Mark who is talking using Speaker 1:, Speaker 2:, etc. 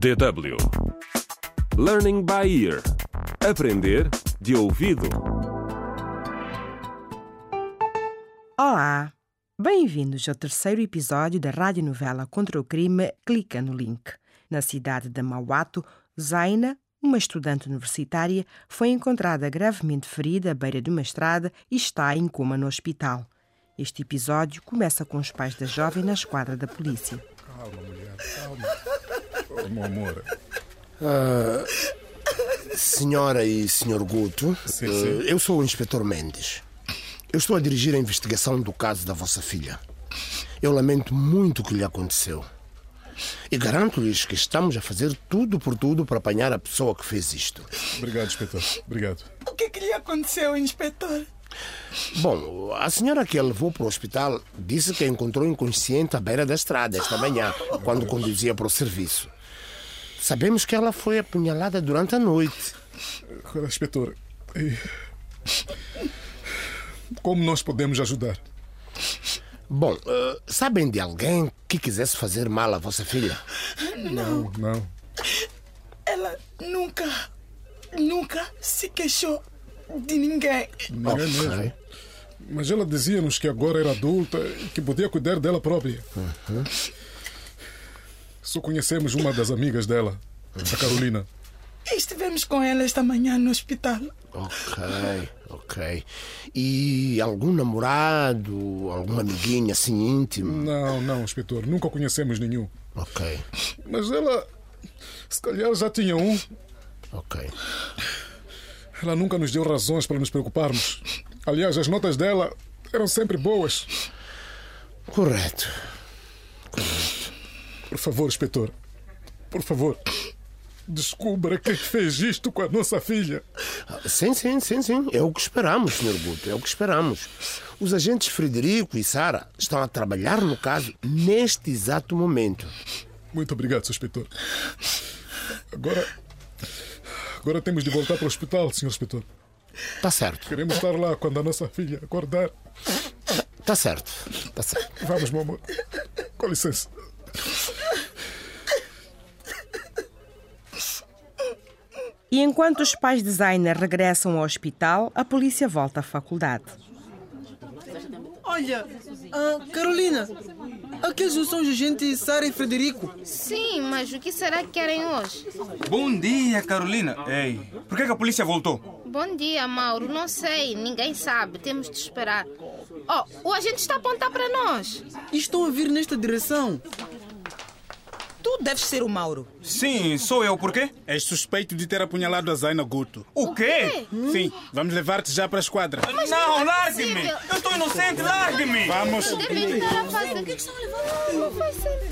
Speaker 1: DW Learning by Ear Aprender de ouvido
Speaker 2: Olá! Bem-vindos ao terceiro episódio da radionovela Contra o Crime Clica no Link. Na cidade de Mauato, Zaina, uma estudante universitária, foi encontrada gravemente ferida à beira de uma estrada e está em coma no hospital. Este episódio começa com os pais da jovem na esquadra da polícia.
Speaker 3: Calma, mulher, calma. Oh, meu amor.
Speaker 4: Senhora e senhor Guto,
Speaker 3: Sim,
Speaker 4: eh,
Speaker 3: sim.
Speaker 4: eu sou o inspetor Mendes. Eu estou a dirigir a investigação do caso da vossa filha. Eu lamento muito o que lhe aconteceu. E garanto-lhes que estamos a fazer tudo por tudo para apanhar a pessoa que fez isto.
Speaker 3: Obrigado, inspetor. Obrigado.
Speaker 5: O que, que lhe aconteceu, inspetor?
Speaker 4: Bom, a senhora que a levou para o hospital disse que a encontrou inconsciente à beira da estrada esta manhã, quando conduzia para o serviço. Sabemos que ela foi apunhalada durante a noite.
Speaker 3: Agora, inspetor. eh, Como nós podemos ajudar?
Speaker 4: Bom, eh, sabem de alguém que quisesse fazer mal à vossa filha?
Speaker 3: Não. Não.
Speaker 5: Ela nunca, nunca se queixou de ninguém.
Speaker 3: Ninguém
Speaker 4: Ok.
Speaker 3: é mesmo. Mas ela dizia-nos que agora era adulta e que podia cuidar dela própria. Só conhecemos uma das amigas dela, a Carolina.
Speaker 5: Estivemos com ela esta manhã no hospital.
Speaker 4: Ok, ok. E algum namorado, algum amiguinho assim íntimo?
Speaker 3: Não, não, inspetor. Nunca conhecemos nenhum.
Speaker 4: Ok,
Speaker 3: Mas ela. Se calhar já tinha um.
Speaker 4: ok.
Speaker 3: Ela nunca nos deu razões para nos preocuparmos. Aliás, as notas dela eram sempre boas.
Speaker 4: Correto.
Speaker 3: Por favor, inspetor. Por favor. Descubra quem fez isto com a nossa filha.
Speaker 4: Ah, Sim, sim, sim, sim. É o que esperamos, Sr. Guto. É o que esperamos. Os agentes Frederico e Sara estão a trabalhar no caso neste exato momento.
Speaker 3: Muito obrigado, Sr. inspetor. Agora. Agora temos de voltar para o hospital, Sr. inspetor.
Speaker 4: Tá certo,
Speaker 3: Queremos estar lá quando a nossa filha acordar.
Speaker 4: tá certo, tá certo.
Speaker 3: Vamos, meu amor. Com licença.
Speaker 2: E enquanto os pais de Zaina regressam ao hospital, a polícia volta à faculdade.
Speaker 6: Olha, ah, Carolina, aqueles não são os agentes Sara e Frederico.
Speaker 7: Sim, mas o que será que querem hoje?
Speaker 8: Bom dia, Carolina. Ei, por que, que a polícia voltou?
Speaker 7: Bom dia, Mauro. Não sei, ninguém sabe. Temos de esperar. Oh, o agente está a apontar para nós.
Speaker 6: E estão a vir nesta direção.
Speaker 9: Tu deves ser o Mauro.
Speaker 8: Sim, sou eu. Por quê?
Speaker 10: És É suspeito de ter apunhalado a Zaina Guto.
Speaker 8: O quê?
Speaker 10: Sim, vamos levar-te já para a esquadra.
Speaker 8: não,
Speaker 7: não é
Speaker 8: largue-me!
Speaker 7: possível.
Speaker 8: Eu estou inocente, largue-me!
Speaker 10: Vamos!
Speaker 7: Devem estar a fazer. O que é que estão a levar? Não faz sentido.